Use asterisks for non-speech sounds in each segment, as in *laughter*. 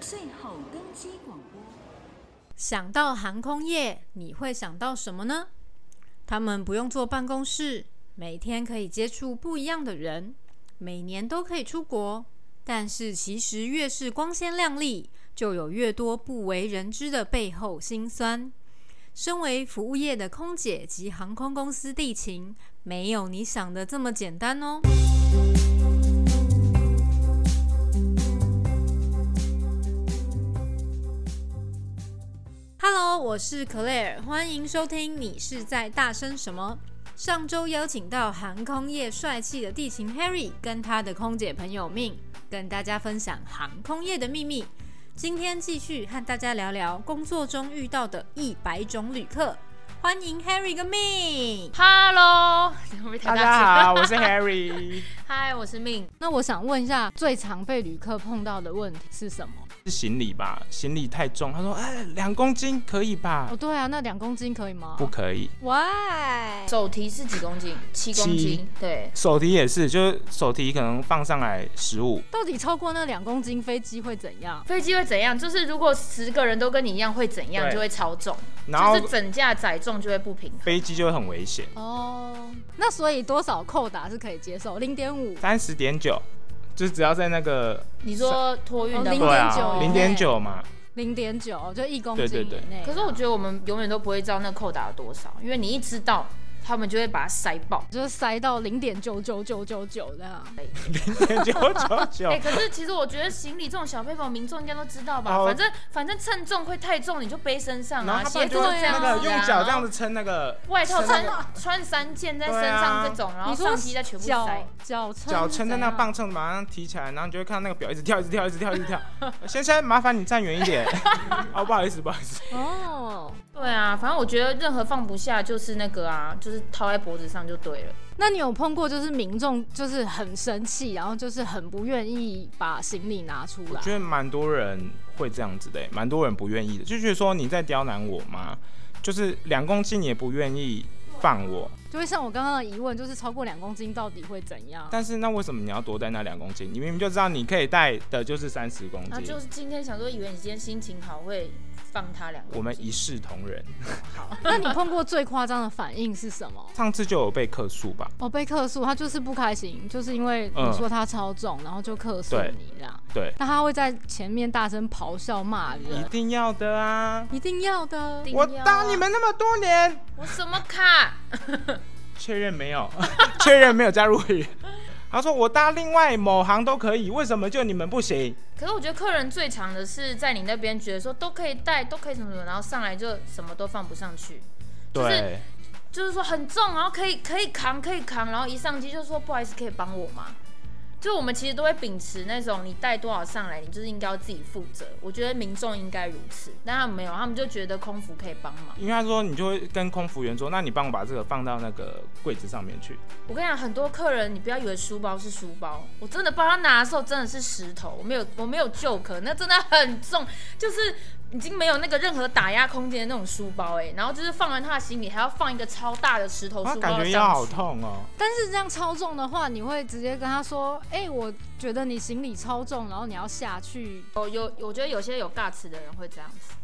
最后登机广播。想到航空业，你会想到什么呢？他们不用坐办公室，每天可以接触不一样的人，每年都可以出国。但是其实越是光鲜亮丽，就有越多不为人知的背后辛酸。身为服务业的空姐及航空公司地勤，没有你想的这么简单哦。Hello，我是 Claire，欢迎收听《你是在大声什么》。上周邀请到航空业帅气的地勤 Harry 跟他的空姐朋友 Min，跟大家分享航空业的秘密。今天继续和大家聊聊工作中遇到的一百种旅客。欢迎 Harry 跟 Min。 Hello，会不会太大大家好，我是 Harry。声？嗨，我是命。那我想问一下，最常被旅客碰到的问题是什么？是行李吧？行李太重，他说：“哎，两公斤可以吧哦，对啊，那两公斤可以吗？”不可以。 Why？手提是几公斤？七公斤七。对，手提也是，就是手提可能放上来十五，到底超过那两公斤，飞机会怎样？飞机会怎样？就是如果十个人都跟你一样，会怎样？对就会超重，然后就是整架载重就会不平衡。飞机就会很危险。哦，那所以多少扣打是可以接受？零点五，三十点九，就只要在那个你说托运的哦吗零对啊， 0.9零点九嘛，零点九，就一公斤对对对以内。可是我觉得我们永远都不会知道那扣打有多少，因为你一知道，他们就会把它塞爆。就是塞到零点九九九九九这样。零点九九九哎、。可是其实我觉得行李这种小配方，民众应该都知道吧？哦反正反正称重会太重，你就背身上然后啊，他鞋不然子就就会这样那子、个啊，哦用脚这然后样子撑那个外套撑穿穿三件在身上这种，然后你说上衣再全部脚塞。脚撑脚撑在那怎样磅秤马上提起来，然后你就会看到那个表一直跳，一直跳，一直跳，一直跳。先生，麻烦你站远一点。哦，不好意思，不好意思。哦。对啊，反正我觉得任何放不下就是那个啊，就是套在脖子上就对了。那你有碰过就是民众就是很生气，然后就是很不愿意把行李拿出我来觉？得蛮多人会这样子的欸，蛮多人不愿意的，就觉得说你在刁难我吗？就是两公斤你也不愿意放我，就会像我刚刚的疑问，就是超过两公斤到底会怎样？但是那为什么你要多带那两公斤？你明明就知道你可以带的就是三十公然后斤啊就。是今天想说，以为你今天心情好会放他两个。我们一视同仁。那你碰过最夸张的反应是什么？上次就有被客诉吧？哦，被客诉，他就是不开心，就是因为你说他超重，然后就客诉嗯对你这样。对，那他会在前面大声咆哮骂一人，定要的啊！一定要的。一定要我啊当你们那么多年，我什么卡？确认没有， *laughs* 确认没有加入会员。他说我搭另外某行都可以，为什么就你们不行？可是我觉得客人最长的是在你那边觉得说都可以带，都可以什么什么，然后上来就什么都放不上去，就是对，就是说很重，然后可以可以扛可以扛，然后一上机就说不好意思，可以帮我吗？就我们其实都会秉持那种你带多少上来，你就是应该要自己负责。我觉得民众应该如此，但他们没有，他们就觉得空服可以帮忙。因为他说你就会跟空服员说，那你帮我把这个放到那个柜子上面去。我跟你讲，很多客人，你不要以为书包是书包，我真的帮他拿的时候真的是石头，我没有我没有旧壳，那真的很重，就是已经没有那个任何打压空间的那种书包哎、然后就是放完他的行李，还要放一个超大的石头他书感包觉的腰好上去。痛哦。但是这样超重的话，你会直接跟他说：“哎、我觉得你行李超重，然后你要下去。有有，我觉得有些有尬词的人会这样子，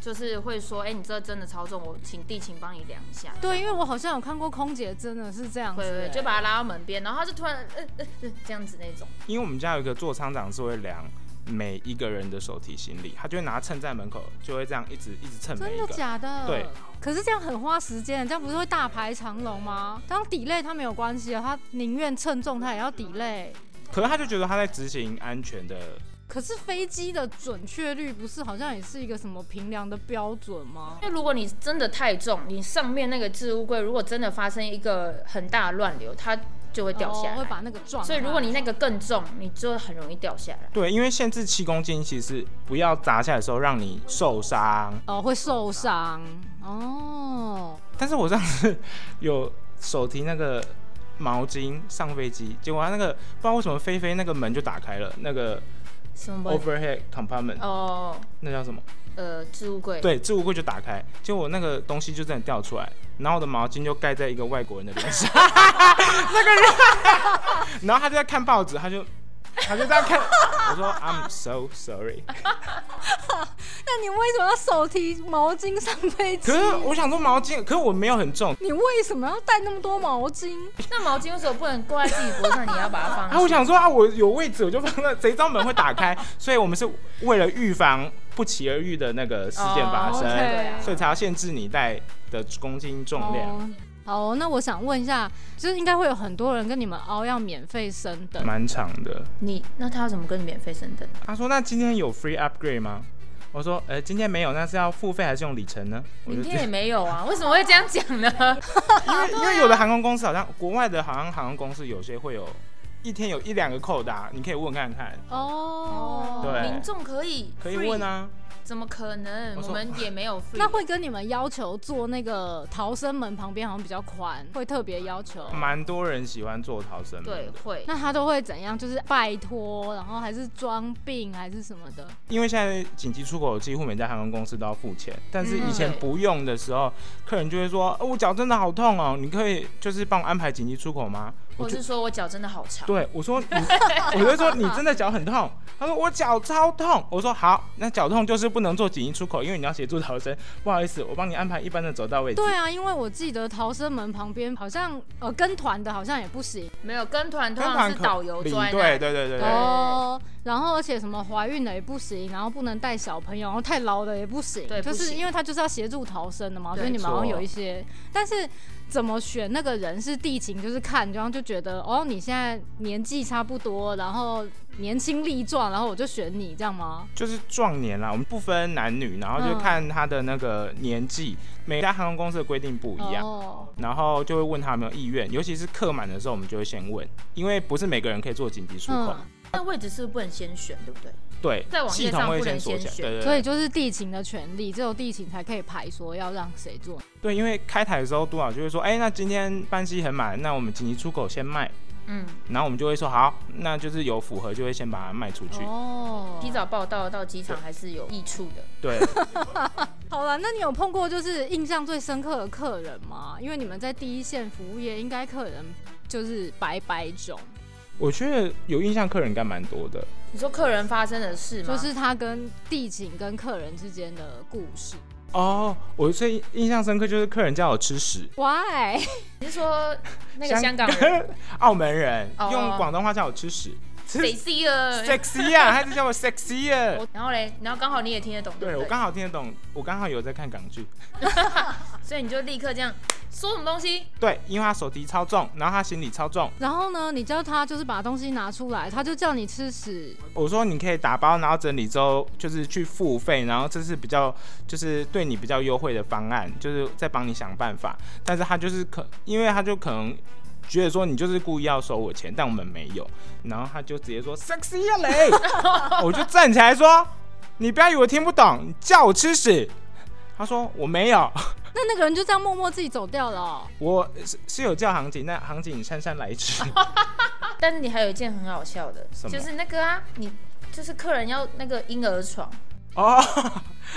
就是会说，哎、你这真的超重，我请地勤帮你量一下”。对，因为我好像有看过空姐真的是这样子、会会，哎就把他拉到门边，然后他就突然呃呃呃这样子那种。因为我们家有一个座舱长是会量每一个人的手提行李，他就会拿秤在门口，就会这样一直一直称每真一的个。假的？对。可是这样很花时间，这样不是会大排长龙吗？当 delay 他没有关系啊，他宁愿称重他也要 delay。可是他就觉得他在执行安全的，可是飞机的准确率不是好像也是一个什么评量的标准吗？因为如果你真的太重，你上面那个置物柜如果真的发生一个很大的乱流，它就会掉下哦、会把来。那个撞开。所以如果你那个更重，你就很容易掉下来。对，因为限制七公斤，其实不要砸下来的时候让你受伤。哦会受伤哦，但是我上次有手提那个毛巾上飞机，结果他那个不知道为什么飞飞那个门就打开了，那个什么？ overhead compartment、哦，那叫什么？呃，置物柜。对，置物柜就打开，结果那个东西就真的掉出来，然后我的毛巾就盖在一个外国人的脸上， *laughs* 那 *laughs* 个人，然后他就在看报纸，他就他就在看，我说 I'm so *laughs* sorry。那你为什么要手提毛巾上飞机可？是我想说毛巾，可是我没有很重。你为什么要带那么多毛巾？那毛巾为什么不能挂在自己脖子上？你要把它放 *laughs* 啊，我想说啊，我有位置我就放那，谁知道门会打开？所以我们是为了预防不期而遇的那个事件发哦生， ，OK 所以才要限制你带的公斤重量。哦好，那我想问一下，就是应该会有很多人跟你们凹要免费升等，蛮长的。你那他要怎么跟你免费升等？他说：“那今天有 free upgrade 吗？”我说：“呃，今天没有，那是要付费还是用里程呢？”我明就觉天也啊得，没有啊，为什么会这样讲呢？因为因为有的航空公司好像国外的好像航空公司有些会有一天有一两个扣打，你可以问看看，哦，对民众可以可以问 free，啊。怎么可能？我我说们也没有 *laughs* free。那会跟你们要求坐那个逃生门旁边好像比较宽，会特别要求。蛮多人喜欢做逃生门对的，会，那他都会怎样？就是拜托，然后还是装病还是什么的？因为现在紧急出口几乎每家航空公司都要付钱，但是嗯以前对不用的时候，客人就会说：“哦，我脚真的好痛哦，你可以就是帮我安排紧急出口吗？”我或就是说我脚真的好长。对，我说你，我就说你真的脚很痛。他说我脚超痛。我说好，那脚痛就是不能做紧急出口，因为你要协助逃生。不好意思，我帮你安排一般的走道位置。对啊，因为我记得逃生门旁边好像呃跟团的好像也不行没有跟团，通跟常团是可导游领专。队，对对对对。哦，然后而且什么怀孕的也不行，然后不能带小朋友，然后太老的也不行，对就不是行因为他就是要协助逃生的嘛，对所以你们好像没错有一些，但是怎么选那个人是地勤，就是看，然后就觉得哦你现在年纪差不多，然后年轻力壮，然后我就选你这样吗？就是壮年啦，我们不分男女，然后就嗯看他的那个年纪，每家航空公司的规定不一样。哦，然后就会问他有没有意愿，尤其是客满的时候，我们就会先问，因为不是每个人可以做紧急出口，嗯那位置是不是不能先选，对不对？对在，网页系统上会不能锁先起来，选对对对。所以就是地勤的权利，只有地勤才可以排说要让谁做。对，因为开台的时候督导就会说，哎、那今天班机很满，那我们紧急出口先卖，嗯，然后我们就会说好，那就是有符合就会先把它卖出去。哦，提早报到到机场还是有益处的。对，好了，那你有碰过就是印象最深刻的客人吗？因为你们在第一线服务业，应该客人就是百百种，我觉得有印象客人应该蛮多的。你说客人发生的事吗？就是他跟地勤跟客人之间的故事。哦，我最印象深刻就是客人叫我吃屎， *laughs* Why？ *laughs* 你是说那个香港 *laughs* 人人、澳门人、哦用广东话叫我吃屎吃 *laughs* sexy 了？ ，sexy 啊，他就叫我 sexy 啊。然后嘞，然后刚好你也听得懂，对不我对？刚好听得懂，我刚好有在看港剧。所以你就立刻这样说什么东西？对，因为他手提超重，然后他行李超重，然后呢，你叫他就是把东西拿出来，他就叫你吃屎。我说你可以打包，然后整理之后就是去付费，然后这是比较就是对你比较优惠的方案，就是在帮你想办法。但是他就是可，因为他就可能觉得说你就是故意要收我钱，但我们没有，然后他就直接说 sexy 呀嘞，我就站起来说，你不要以为我听不懂，你叫我吃屎。他说我没有，那那个人就这样默默自己走掉了哦、我是是有叫航警，但航警姗姗来迟。啊但是你还有一件很好笑的什，么就是那个啊，你就是客人要那个婴儿床，哦，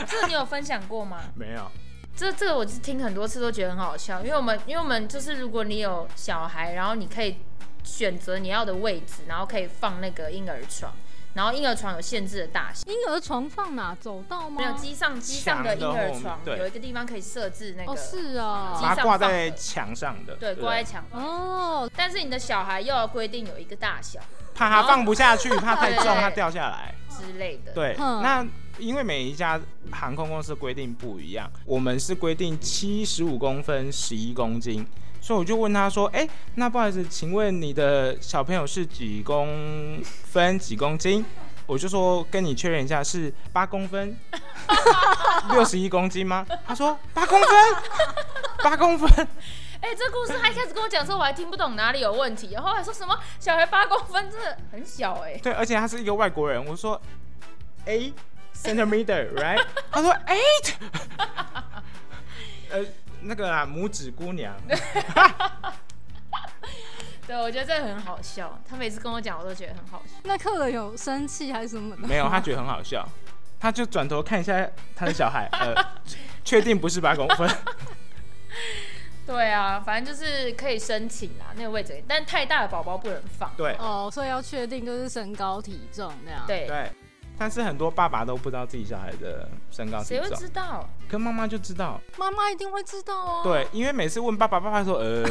这个你有分享过吗？没有，这这个我是听很多次都觉得很好笑，因为我们因为我们就是如果你有小孩，然后你可以选择你要的位置，然后可以放那个婴儿床，然后婴儿床有限制的大小，婴儿床放哪？走道吗哦没？有机上机上的婴儿床墙的后面对有一个地方可以设置那个，哦，是啊、机把它上挂放在的墙上的，对，挂在墙，哦，但是你的小孩又要规定有一个大小怕它放不下去，怕太重对它掉下来。之类的，，对，嗯那因为每一家航空公司规定不一样，我们是规定七十五公分十一公斤，所以我就问他说：“哎、那不好意思，请问你的小朋友是几公分几公斤？”我就说跟你确认一下是八公分，六十一公斤吗？他说八公分，八公分，哎、这故事他一开始跟我讲的时候我还听不懂哪里有问题，然后还说什么小孩八公分真的很小哎、对，而且他是一个外国人。我说 eight centimeter right？*laughs* 他说 eight，呃，那个啦，拇指姑娘，对我觉得这个很好笑，他每次跟我讲我都觉得很好笑。那客人有生气还是什么的？没有，他觉得很好笑，他就转头看一下他的小孩，呃，确定不是八公分。对啊，反正就是可以申请啊，那个位置，但太大的宝宝不能放。 *laughs* 对哦，所以要确定就是身高体重那样。，对，对，但是很多爸爸都不知道自己小孩的身高体谁会重，知哦道？，可妈妈就知道。妈妈一定会知道啊。，对，因为每次问爸爸，爸爸说呃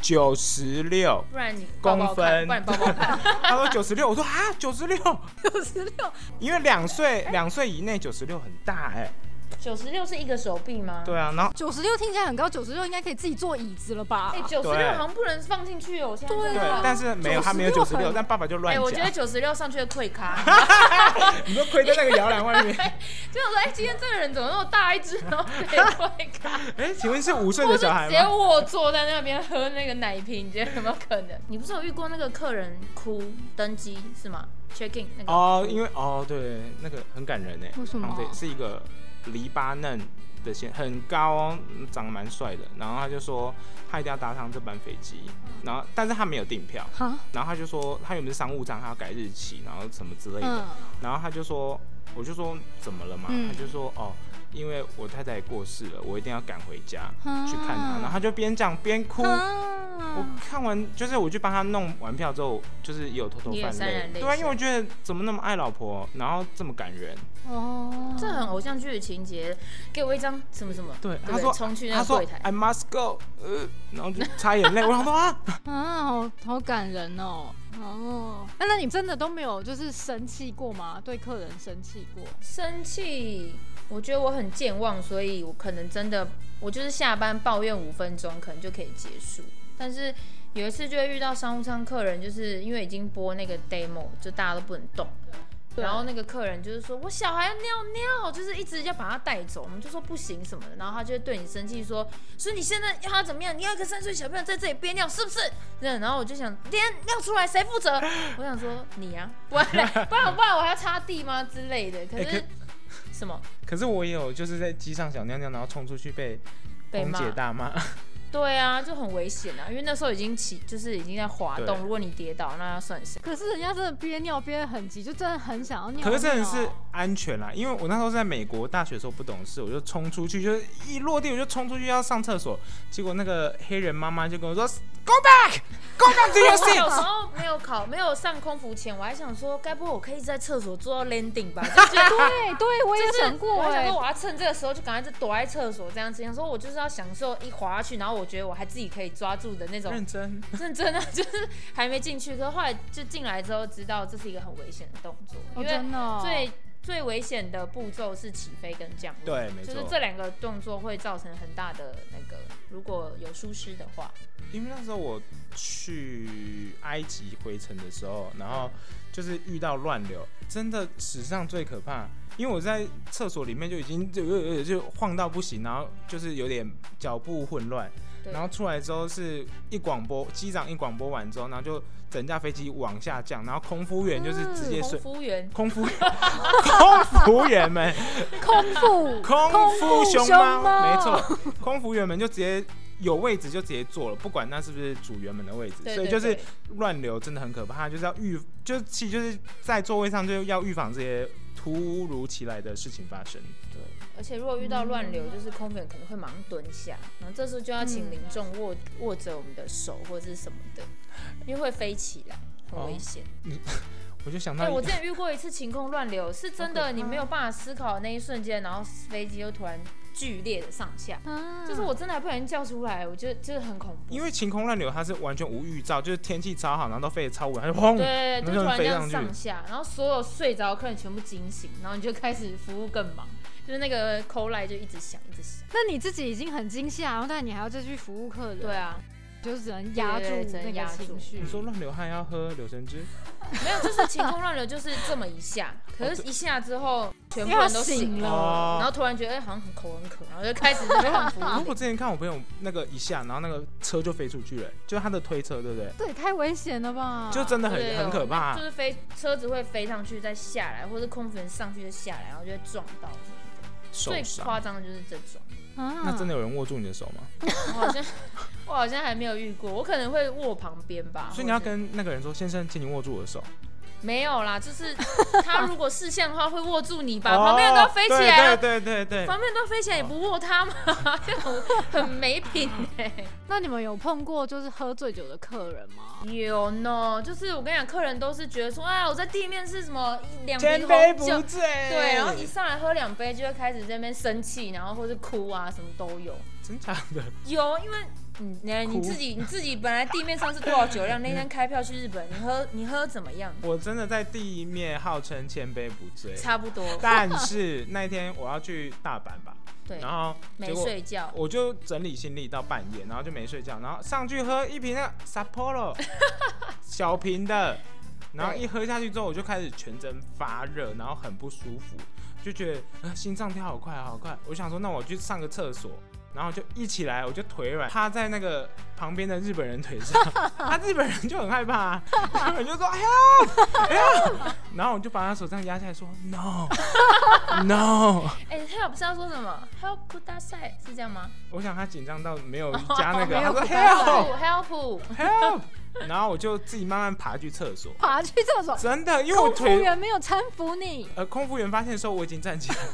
九十六不然你抱抱公看，分不然你抱抱看。 *laughs* 他说九十六，我说啊九十六，九 *laughs* 十六，因为两岁两岁以内九十六很大哎、九十六是一个手臂吗？对啊，然后九十六听起来很高，九十六应该可以自己坐椅子了吧？哎，九十对六好像不能放进去哦，我现在对啊对真的，但是没有他没有九96十六，但爸爸就乱哎，我觉讲得，九十六上去会溃咖。 *laughs* *laughs* 你说亏在那个摇篮外面。就想说，哎、今天这个人怎么那么大一只，然后被推 *laughs* 开，哎、请问是五岁或的是小孩只有吗？我坐在那边喝那个奶瓶，你觉得有没有可能？你不是有遇过那个客人哭登机是吗？check in 那个哦，因为哦，对，那个很感人哎、为什么好像是是一个黎巴嫩的先，很高、哦，长得蛮帅的。然后他就说他一定要搭上这班飞机，嗯然后但是他没有订票，哈，然后他就说他原本是商务舱，他要改日期，然后什么之类的。嗯，然后他就说，我就说怎么了嘛？嗯他就说哦，因为我太太也过世了，我一定要赶回家啊去看她。然后他就边讲边哭。我啊，看完就是我去帮他弄完票之后，就是也有偷偷你也犯潸然泪对啊，因为下我觉得怎么那么爱老婆，然后这么感人。哦，这很偶像剧的情节，给我一张什么什么，对，不他说冲去那他个说柜台， I must go，呃，然后就擦眼泪。我想说啊，啊，好好感人哦。哦，那、那你真的都没有就是生气过吗？对客人生气过？生气。我觉得我很健忘，所以我可能真的，我就是下班抱怨五分钟，可能就可以结束。但是有一次就会遇到商务舱客人，就是因为已经播那个 demo，就大家都不能动，然后那个客人就是说，我小孩要尿尿，就是一直要把他带走，我们就说不行什么的，然后他就会对你生气说，所以你现在要他怎么样？你要一个三岁小朋友在这里憋尿，是不是？对，然后我就想，连尿出来谁负责？ *laughs* 我想说你呀、啊，不 *laughs* 然嘞不然不然我还要擦地吗之类的？可哎是、什么可是我也有就是在机上小尿尿，然后冲出去被被红骂？姐大骂。对啊，就很危险啊，因为那时候已经起，就是已经在滑动，对如果你跌倒，那要算谁？可是人家真的憋尿憋得很急，就真的很想要尿尿。可是真的是安全啊啦，因为我那时候在美国大学的时候不懂事，我就冲出去，就是一落地我就冲出去要上厕所，结果那个黑人妈妈就跟我说 Go back, go back to your 我有 seat。时候没有考，没有上空服前，我还想说，该不会我可以在厕所做到 landing 吧？就觉得。对对，我也就是想过我还想哎、说我要趁这个时候就赶快就躲在厕所这样子，想说我就是要享受一滑下去，然后我觉得我还自己可以抓住的那种认真，认真的， *laughs* 就是还没进去，可是后来就进来之后知道这是一个很危险的动作，哦因真为的哦最最危险的步骤是起飞跟降落，对没错就是这两个动作会造成很大的那个，如果有疏失的话，因为那时候我去埃及回程的时候，然后就是遇到乱流，真的史上最可怕。因为我在厕所里面就已经就就就晃到不行，然后就是有点脚步混乱，对然后出来之后是一广播，机长一广播完之后，然后就整架飞机往下降，然后空服员就是直接空睡。服员嗯空服空服员们，空 *laughs* 腹空腹服熊熊猫没错，空服员们就直接有位置就直接坐了，不管那是不是组员们的位置，对所以对就是对乱流真的很可怕，就是要预，就其实就是在座位上就要预防这些突如其来的事情发生。对，而且如果遇到乱流，就是空粉可能会马上蹲下，然后这时候就要请民众握握着我们的手或者是什么的，因为会飞起来，很危险。我就想哎、到我一之前遇过一次晴空乱流，是真的，你没有办法思考的那一瞬间，然后飞机又突然剧烈的上下，啊，就是我真的还不小心叫出来，我觉得就是很恐怖。因为晴空乱流它是完全无预兆，就是天气超好，然后都飞得超稳，它嗯就轰，对，就然突后然这飞样上去。上下，然后所有睡着的客人全部惊醒，然后你就开始服务更忙，就是那个扣赖就一直响，一直响。那你自己已经很惊吓，然后但你还要再去服务客人，对，啊，就是只能压住对对对只能那压个住情绪你。说乱流汗要喝柳橙汁，没有，就是晴空乱流就是这么一下，可是一下之后全部人都醒哦因为他醒了，了然后突然觉得哎好像很口很渴，然后就开始在换服 *laughs* 啊！务。我之前看我朋友那个一下，然后那个车就飞出去了，就是他的推车，对不对？这也太危险了吧！就真的很对很可怕就。是飞车子会飞上去再下来，或者空服人上去就下来，然后就会撞到什么的。受最夸伤。张的就是这种，啊，那真嗯的有人握住你的手吗？我好像我好像还没有遇过，我可能会握旁边吧。所以你要或者跟那个人说：“先生，请你握住我的手。”没有啦，就是 *laughs* 他如果视线的话会握住你吧，哦旁边人都要飞起来了，对对对对旁边人都要飞起来也不握他嘛， *laughs* 这样很很没品哎、那你们有碰过就是喝醉酒的客人吗？有呢，就是我跟你讲，客人都是觉得说，啊，我在地面是什么一两千瓶杯红不酒，醉。对，然后一上来喝两杯就会开始在那边生气，然后或是哭啊，什么都有。真假的，有，因为你你哭你自己你自己本来地面上是多少酒量，那天开票去日本，你喝你喝怎么样？我真的在第一面号称千杯不醉，差不多，但是那天我要去大阪吧，对，然后结没果睡觉，我就整理行李到半夜，然后就没睡觉，然后上去喝一瓶那 *laughs* Sapporo 小瓶的，然后一喝下去之后，我就开始全身发热，然后很不舒服，就觉得、呃、心脏跳好快好快。我想说，那我去上个厕所。然后就一起来，我就腿软，趴在那个旁边的日本人 *laughs* 腿上，他、日本人就很害怕、啊，日本人就说：“哎呀，哎呀！”然后我就把他手这样压下来说：“No，No。”哎、他有不是要说什么 help 大赛是这样吗我想他紧张到没有加那个，没他有不说搭？help help help， help，然后我就自己慢慢爬去厕所，爬去厕所，真的，啊因为我空服腿员没有搀扶你，呃空服员发现的时候我已经站起来了，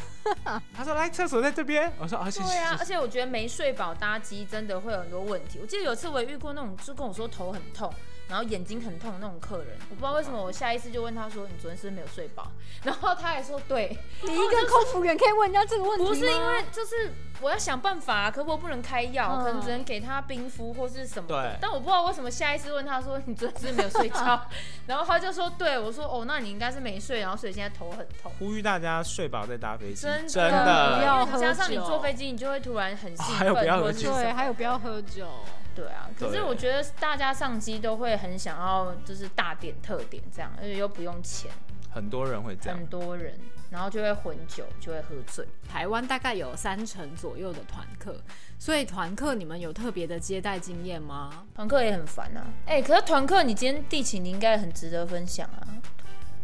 他说来厕所在这边，我说而哦且对啊，而且我觉得没睡饱搭机真的会有很多问题。我记得有一次我也遇过那种，就跟我说头很痛，然后眼睛很痛的那种客人，我不知道为什么我下一次就问他说你昨天是不是没有睡饱， *laughs* 然后他还说 *laughs* 对，你一个空服员可以问人家这个问题吗不是因为就是我要想办法、可我不能开药，嗯可能只能给他冰敷或是什么的对但我不知道为什么下一次问他说你昨天是不是没有睡觉， *laughs* 然后他就说对，我说哦，那你应该是没睡，然后所以现在头很痛。呼吁大家睡饱再搭飞机，真的真不的，要因喝为酒加上你坐飞机，你就会突然很兴还有奋，不要或喝者是酒什对，么还有不要喝酒，对啊，可对是我觉得大家上机都会很想要，就是大点特点这样，而且又不用钱，很多人会这样很，多人，然后就会混酒，就会喝醉。台湾大概有三成左右的团客，所以团客你们有特别的接待经验吗？团客也很烦啊，哎、可是团客你今天地勤你应该很值得分享啊。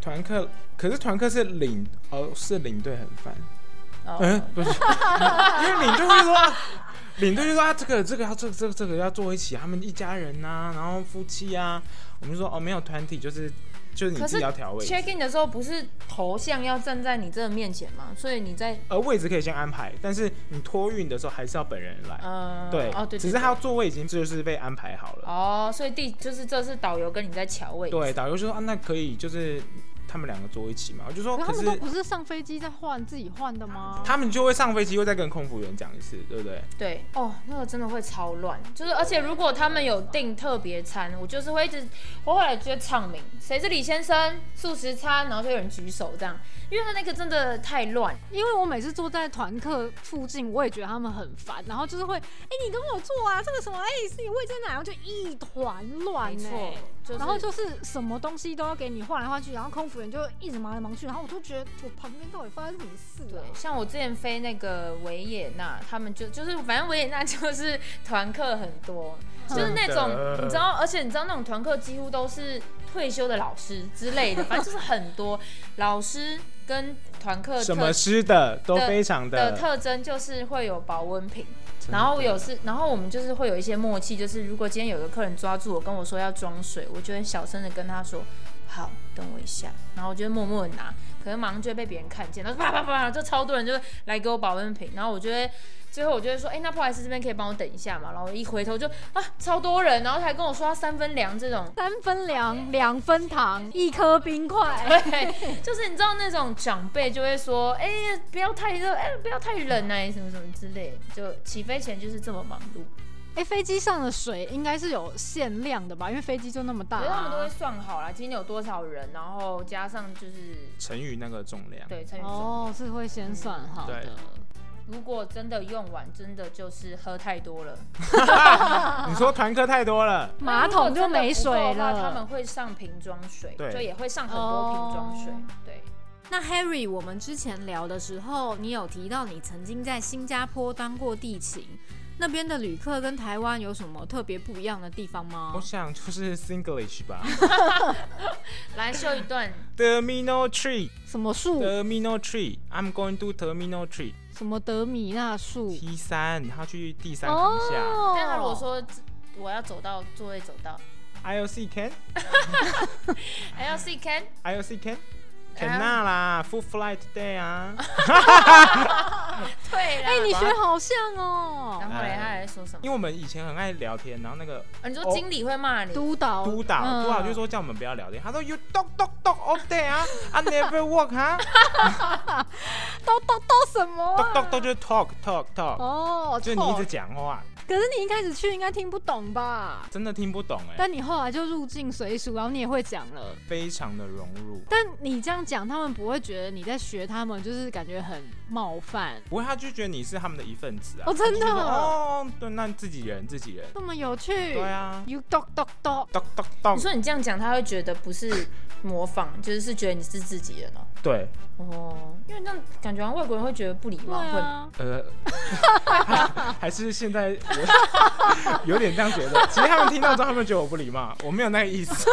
团客。可是团客是领哦，是领队很烦，哦、嗯，不是，因为领队会说啊，领队就说啊，这个这个要这个这个这个要坐一起，他们一家人呐、然后夫妻啊，我们就说哦，没有团体，就是就是你可自是己要调位置 check in 的时候不是头像要站在你这面前吗？所以你在呃，位置可以先安排，但是你托运的时候还是要本人来。嗯、对，哦对，对只是他对座位已经就是被安排好了。哦，所以地就是这是导游跟你在瞧位置。对，导游就说啊，那可以就是他们两个坐一起嘛。我就说，可他可们是都不是上飞机再换自己换的哦吗？他们就会上飞机，又再跟空服员讲一次，对不对？对哦，那个真的会超乱，就是而且如果他们有订特别餐，我就是会一直，我后来就会唱名，谁是李先生，素食餐，然后就有人举手这样，因为他那个真的太乱，因为我每次坐在团客附近，我也觉得他们很烦，然后就是会，哎、你跟我坐啊，这个什么，哎、是你位置在哪？然后就一团乱没呢、错，就是、然后就是什么东西都要给你换来换去，然后空服员就一直忙来忙去，然后我就觉得我旁边到底发生什么事对啊，？像我之前飞那个维也纳，他们就就是反正维也纳就是团客很多，就是那种真的你知道，而且你知道那种团客几乎都是退休的老师之类的，反正就是很多老师跟团客什呃特么师的都的非常的特征就是会有保温瓶，真然后的有是，然后我们就是会有一些默契，就是如果今天有个客人抓住我跟我说要装水，我就会小声的跟他说，好，等我一下，然后我就会默默的拿，可能马上就会被别人看见，然后啪啪啪啪，就超多人就会来给我保温瓶，然后我就会。最后我就会说，哎、那不好意思，这边可以帮我等一下嘛？然后我一回头就啊，超多人，然后还跟我说要三分凉这种，三分凉，两分糖，一颗冰块。对，就是你知道那种长辈就会说，哎、不要太热，哎、不要太冷哎、什么什么之类的，就起飞前就是这么忙碌，哎、飞机上的水应该是有限量的吧？因为飞机就那么大、可是他们都会啊。算好啦，今天有多少人，然后加上就是乘以那个重量。对乘以总。哦，是会先算好对的。如果真的用完，真的就是喝太多了，你说团客太多了，马桶就没水那如果真的不够的话他们了。会上瓶装水，对就也会上很多瓶装水。哦对，那 Harry，我们之前聊的时候，你有提到你曾经在新加坡当过地勤，那边的旅客跟台湾有什么特别不一样的地方吗我？想就是 Singlish 吧 *laughs* 来秀一段，哦，Terminal Tree。什么树？ Terminal Tree, I'm going to Terminal Tree 什么德米纳树？ T 三，他去第三哦航下。但他如哦果说我要走到座位走到 ILC can，哎 ILC Can，哦 I O C Can Can 那啦，Full 嗯 Flight *laughs* Day 啊，对啦。哎、你学好像哦，然后嘞，他还在说什么？因为我们以前很爱聊天，然后那个啊你说经理会骂你？督导督导、嗯督导就说叫我们不要聊天，他说 You talk talk talk all day 啊，I never walk *laughs* 啊都都都什么啊、 ，talk talk talk 就是 talk talk talk，哦，就你一直错讲话，可是你一开始去应该听不懂吧？真的听不懂哎、但你后来就入境随俗，然后你也会讲了。非常的融入。但你这样讲，他们不会觉得你在学他们，就是感觉很冒犯。不过他就觉得你是他们的一份子啊！哦真的他就觉得哦，对，那自己人自己人，这么有趣，对啊 You dog dog dog，咚咚你咚，说你这样讲，他会觉得不是模仿，就是是觉得你是自己人哦。对，哦，因为这样感觉好像外国人会觉得不礼对貌，会啊，呃， *laughs* 还是现在我有点这样觉得。其实他们听到之后，他们觉得我不礼貌，我没有那个意思。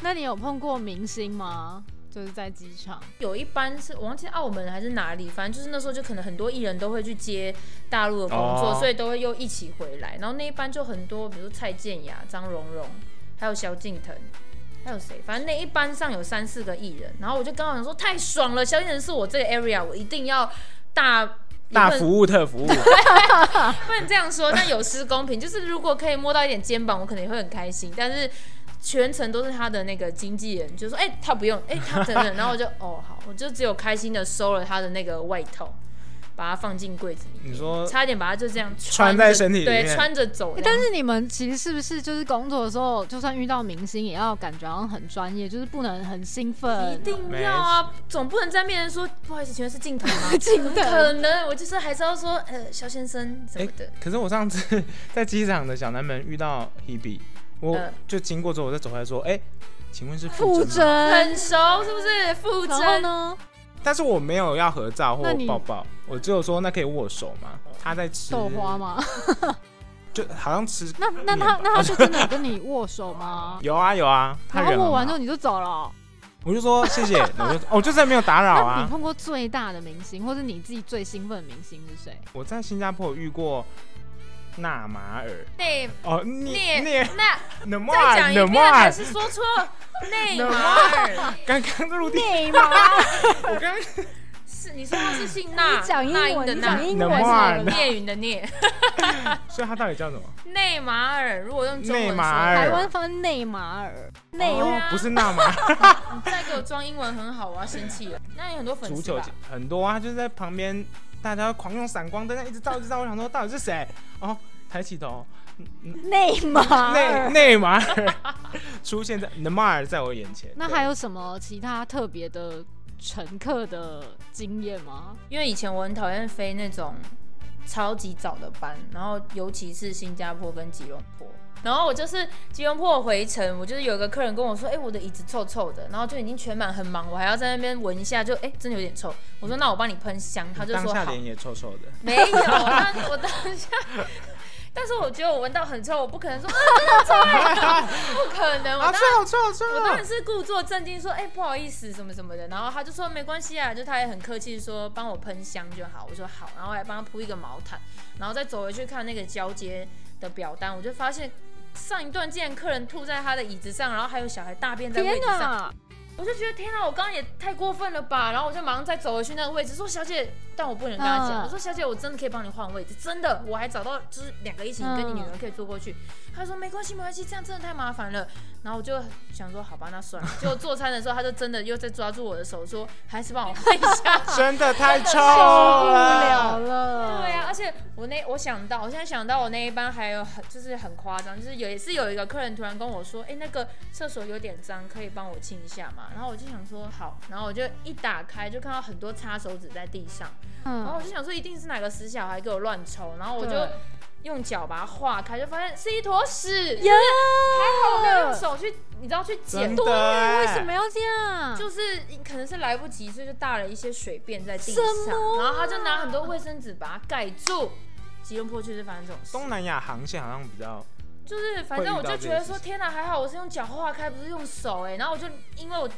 那你有碰过明星吗？就是在机场，有一班是我忘记澳门还是哪里，反正就是那时候就可能很多艺人都会去接大陆的工作，哦所以都会又一起回来。然后那一班就很多，比如蔡健雅、张荣荣，还有萧敬腾，还有谁？反正那一班上有三四个艺人。然后我就刚好想说太爽了，萧敬腾是我这个 area，我一定要大。大务服务特服务，不能这样说，但有失公平。就是如果可以摸到一点肩膀，我可能也会很开心。但是全程都是他的那个经纪人，就说：“哎、他不用，哎、他等等。”然后我就哦好，我就只有开心的收了他的那个外套，把它放进柜子里面。你说差一点把它就这样呃穿着哎在身体里面对，穿着走啊欸。但是你们其实是不是就是工作的时候，就算遇到明星，也要感觉好像很专业，就是不能很兴一奋。定要啊，总不能在面前说不好意思，全是镜 *laughs* 头吗？镜怎么头可能，我就是还是要说呃，肖先生什哎么的。，可是我上次在机场的小南门遇到 Hebe，我嗯就经过之后，我就走回来说，哎，请问是傅傅真吗？征，很熟是不是？傅然后真呢？但是我没有要合照或那你抱抱，我只有说那可以握手吗？他在吃豆花，吗？嗯就好像吃？那那他那他就真的有跟你握手吗 *laughs* 有啊有啊， *laughs* 他然人后握完很之好后你就走了哦、我就说谢谢，我就哦，就是没有打扰那你啊。碰过最大的明星，或者你自己最兴奋的明星是谁？我在新加坡有遇过纳马尔那哦，你那你 *laughs* 那那么再讲一那遍还么，是说错内马尔？刚刚入地，内马尔，我刚是你说他是姓纳， *laughs* 你讲英纳音文，的你纳讲，英那文么好晚了。聂云的聂，所以他到底叫什么？内马尔。如果用中文内说，马尔台湾翻内马尔，内哦啊不是纳马尔，你再给我装英文很好，我要生气了。那有很多粉足丝球吧？很多啊，他就是在旁边大家狂用闪光灯，一直照一直照，我想说到底是谁？哦，抬起头，内马内尔。内马尔出现在纳马尔在我眼前。那对还有什么其他特别的乘客的经验吗？因为以前我很讨厌飞那种超级早的班，然后尤其是新加坡跟吉隆坡。然后我就是吉隆坡回程，我就是有一个客人跟我说，哎、我的椅子臭臭的，然后就已经全满，很忙，我还要在那边闻一下，就哎、真的有点臭。我说那我帮你喷香，他就当说下好。脸也臭臭的，没有，但我当下，但是我觉得我闻到很臭，我不可能说、啊、真的臭、欸，不可能，我啊，当。臭臭臭！我当然是故作镇定说，哎、不好意思，什么什么的。然后他就说没关系啊，就他也很客气说帮我喷香就好。我说好，然后还帮他铺一个毛毯，然后再走回去看那个交接的表单，我就发现上一段竟然客人吐在他的椅子上，然后还有小孩大便在位天置上，哪！我就觉得天啊，我刚刚也太过分了吧！然后我就马上再走回去那个位置，说小姐，但我不能跟她嗯讲，我说小姐，我真的可以帮你换位置，真的，我还找到就是两个一起嗯跟你女儿可以坐过去。她说没关系，没关系，这样真的太麻烦了。然后我就想说好吧，那算了。结果做餐的时候，她就真的又在抓住我的手说，还是帮我换一下。真的太臭受不了了。了。对啊，而且我那我想到，我现在想到我那一班还有很就是很夸张，就是有也是有一个客人突然跟我说，哎、那个厕所有点脏，可以帮我清一下嘛？然后我就想说好，然后我就一打开就看到很多擦手纸在地上，然后哦嗯，我就想说一定是哪个死小孩给我乱抽，然后我就对用脚把它化开，就发现是一坨屎，呀，我没有用手去，你知道去捡真。的？为什么？要这样？就是可能是来不及，所以就大了一些水便在地什上，么啊然后他就拿很多卫生纸把它盖住。吉隆坡就是发生这种事，东南亚航线好像比较就是反正我就觉得说，会遇到这件事情天哪，还好我是用脚划开，不是用手哎、然后我就因为我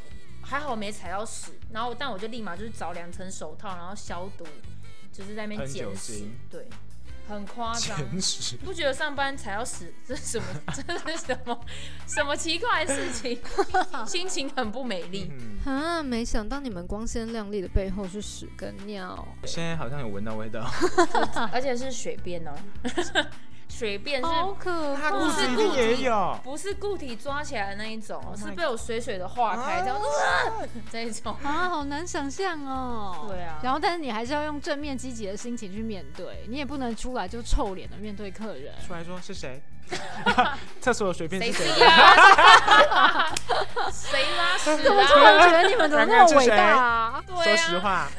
还好我没踩到屎，然后但我就立马就是找两层手套，然后消毒，就是在那边喷酒捡屎精。对，很夸张。前十。不觉得上班才要死，这是什么？ *laughs* 这是什么？什么奇怪的事情？ *laughs* 心情很不美丽。嗯，啊，没想到你们光鲜亮丽的背后是屎跟尿。现在好像有闻到味道。而且是水便哦， *laughs* 水便是哦好可怕！他故事一定也有。不是固体抓起来的那一种哦， Oh my 是被我水水的化开，这样、呃 *laughs* 这一 *laughs* 种。啊，好难想象哦。对啊然后但是你还是要用正面积极的心情去面对，你也不能出来就臭脸的面对客人。出来说是谁？ *laughs* 厕所随便谁是是谁？ *laughs* 啊呀？谁拉屎怎么突啊？然觉得你们怎么那么伟大啊？对说啊，实话，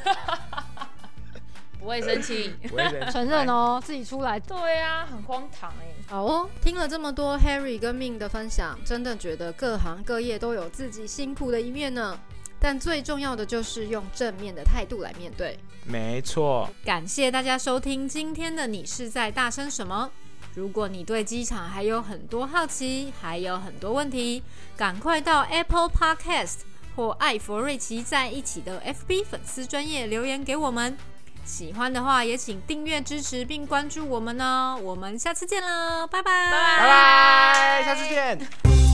不会生气。我也忍承认。哎哦，自己出来。对啊，很荒唐哎、好哦，听了这么多 Harry 跟 Min 的分享，真的觉得各行各业都有自己辛苦的一面呢。但最重要的就是用正面的态度来面对。哎没错，感谢大家收听今天的你是在大声什么？如果你对机场还有很多好奇，还有很多问题，赶快到 Apple Podcast 或艾佛瑞奇在一起的 FB 粉丝专业留言给我们。喜欢的话也请订阅支持并关注我们哦。我们下次见啦，拜拜拜拜，下次见。